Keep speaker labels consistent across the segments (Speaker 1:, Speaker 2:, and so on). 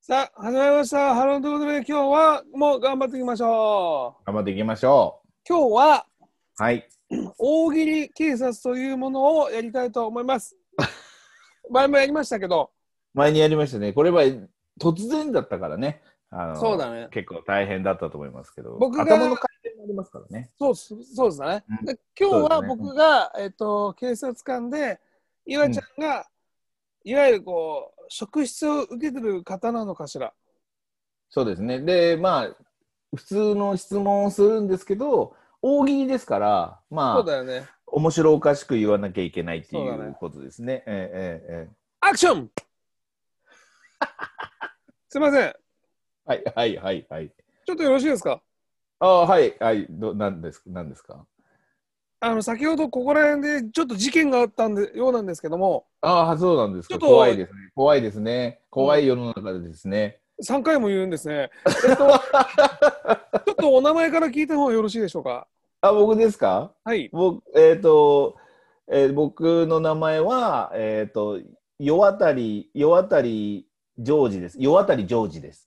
Speaker 1: さあ、始まりました。ハローということで、今日はもう頑張っていきましょう。
Speaker 2: 頑張っていきましょ
Speaker 1: 今日は
Speaker 2: う。はい。
Speaker 1: 大喜利警察というものをやりたいと思い ます。前もやりましたけど、
Speaker 2: 前にやりましたね。これは突然だったからね。あの
Speaker 1: そうだね。
Speaker 2: 結構大変だったと思いますけど。
Speaker 1: 僕が
Speaker 2: 頭の回転もありますからね。
Speaker 1: そうっすそうですね、
Speaker 2: うん
Speaker 1: で。今日
Speaker 2: そうだ
Speaker 1: は
Speaker 2: ね
Speaker 1: 僕が、えっと警察官で、岩ちゃんが、いわゆるこう職質を受けてる方なのかしら。
Speaker 2: そうですね。で、まあ、普通の質問をするんですけど、大喜利ですから、
Speaker 1: そう
Speaker 2: まあ、
Speaker 1: だよね。
Speaker 2: 面白おかしく言わなきゃいけないってい
Speaker 1: そうだね
Speaker 2: うことですね。えええええ
Speaker 1: アクショ ンすいません。
Speaker 2: えはいはいはいはい。
Speaker 1: ちょっとよろしいですか
Speaker 2: ああ、はいはい。どなんですなんですか
Speaker 1: あの先ほどここら辺でちょっと事件があったんでようなんですけども
Speaker 2: ああ、そうなんです
Speaker 1: ちょ
Speaker 2: か。
Speaker 1: っと
Speaker 2: 怖いですね。怖いですね。怖い世の中ですね。
Speaker 1: 3回も言うんですね、えっ と、ちょっとお名前から聞いた方がよろしいでしょうか
Speaker 2: あ、僕ですか
Speaker 1: はい
Speaker 2: 僕、えーとえー僕の名前は、えー、と世渡り世渡りジョージです。世渡りジョージです。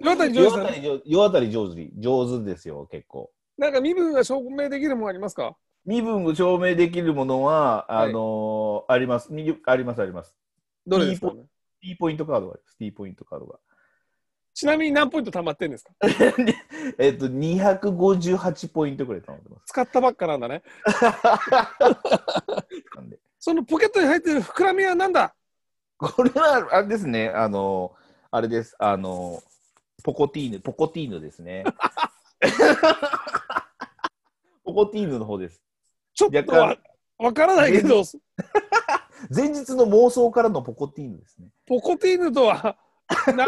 Speaker 1: 岩谷ジョージ
Speaker 2: 世
Speaker 1: さ
Speaker 2: 渡
Speaker 1: ん
Speaker 2: りジョージ世渡りジョージ上手ですよ結構。
Speaker 1: なんか身分が証明できるものありますか
Speaker 2: 身分を証明できるものは、
Speaker 1: はい
Speaker 2: あのーあります。みありますあります。
Speaker 1: どれですか、ね、
Speaker 2: T ポイントカードがあります。T ポイントカードが。
Speaker 1: ちなみに何ポイント貯まってんですか
Speaker 2: えっと258ポイントくらい頼んでます。
Speaker 1: 使ったばっかなんだね
Speaker 2: なんで
Speaker 1: そのポケットに入ってる膨らみは何だ
Speaker 2: これは、あれですね、あの、あれです、あの、ポコティーヌ、ポコティーヌですね。 ポコティーヌの方です。
Speaker 1: ちょっとわ
Speaker 2: 若
Speaker 1: わからないけど
Speaker 2: 前日の妄想からのポコティーヌですね。
Speaker 1: ポコティーヌとは な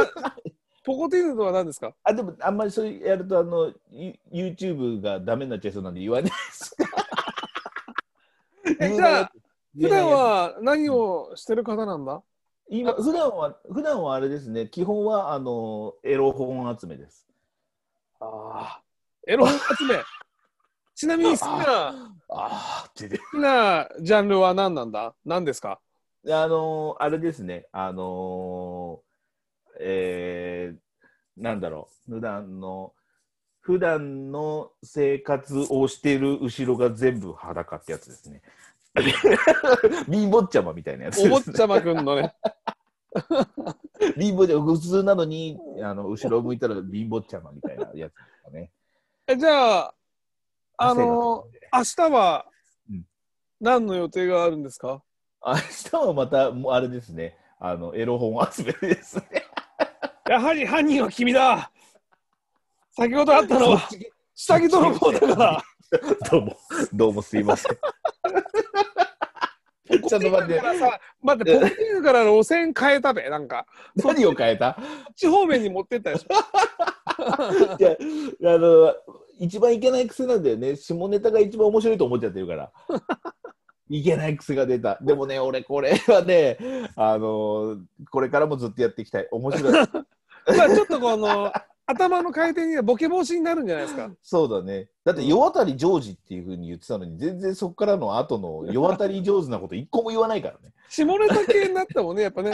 Speaker 1: ポコティーヌとは何ですか
Speaker 2: あ、でも、あんまりそうやると、あの、ユ YouTube がダメになっちゃいそうなんで言わないです。
Speaker 1: えじゃあ
Speaker 2: 言
Speaker 1: 普
Speaker 2: えな
Speaker 1: 段、
Speaker 2: いやつ
Speaker 1: は何をしてる方なんだ
Speaker 2: 言えないやつ今、普段は、普段はあれですね、基本は、あの、エロ本集めです。
Speaker 1: ああ。エロ本集め。ちなみに好きな、
Speaker 2: ああって
Speaker 1: 好きなジャンルは何なんだ何ですか
Speaker 2: あのーあれですね、あのーえーなんだろう、普段の、普段の生活をしている後ろが全部裸ってやつですね。 貧乏ちゃまみたいなやつ
Speaker 1: おぼっ
Speaker 2: ですね
Speaker 1: ち。ゃまくんのね。
Speaker 2: 貧乏ちゃま、普通なのに、あの後ろを向いたら貧乏ちゃまみたいなやつですかね。
Speaker 1: えじゃあ、あの、明日は
Speaker 2: うん
Speaker 1: 何の予定があるんですか
Speaker 2: 明日はまた、もうあれですね、あのエロ本集めですね。
Speaker 1: やはり犯人は君だ先ほどあったのは下着泥棒だから。
Speaker 2: どうも、どうもすいません。
Speaker 1: ポコ
Speaker 2: ちょっと待って
Speaker 1: ティーヌからさ待って、ポコティーヌから路線変えたべ、なんか。
Speaker 2: 何を変えた
Speaker 1: こっち方面に持ってったでしょ。
Speaker 2: いや、あの、一番いけない癖なんだよね。下ネタが一番面白いと思っちゃって るから。いけない癖が出た。でもね、俺、これはね、あの、これからもずっとやっていきたい。面 白い。
Speaker 1: まあちょっとこの、頭の回転にはボケ防止になるんじゃないですか。
Speaker 2: そうだね。だって、世渡りジョージっていうふうに言ってたのに、全然そこからの後の世渡り上手なこと一個も言わないからね。
Speaker 1: 下ネタ系になった もんね、やっぱね。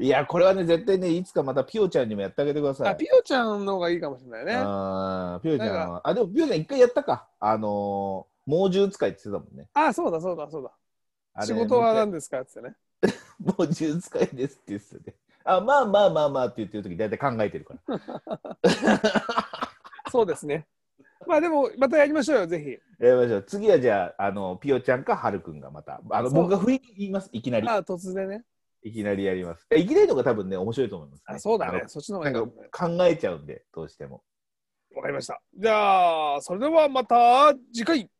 Speaker 2: いや、これはね、絶対ね、いつかまたピオちゃんにもやってあげてください。
Speaker 1: あ、ピオちゃんの方がいいかもしれないね。
Speaker 2: あーピオちゃん
Speaker 1: なん
Speaker 2: は。あ、でもピオちゃん一回やったか。あの、猛獣使いって言ってたもんね。
Speaker 1: あ、そうだそうだそうだ。
Speaker 2: あれ
Speaker 1: 仕事は何ですかっつってね。
Speaker 2: もう10使いですって言ってたね。あ、まあまあまあまあって言ってる時大体考えてるから。
Speaker 1: そうですね。まあでも、またやりましょうよ、ぜひ。
Speaker 2: やりましょう。次はじゃあ、あの、ピオちゃんかハルくんがまた。あの、
Speaker 1: そう
Speaker 2: 僕が不意に言います。いきなり。
Speaker 1: あ、突然ね。
Speaker 2: いきなりやります。えいきなりのが多分ね、面白いと思います、
Speaker 1: あ、そうだね
Speaker 2: あ。の
Speaker 1: そっちの方がいいかもね
Speaker 2: 考えちゃうんで、どうしても。
Speaker 1: わかりました。じゃあ、それではまた次回。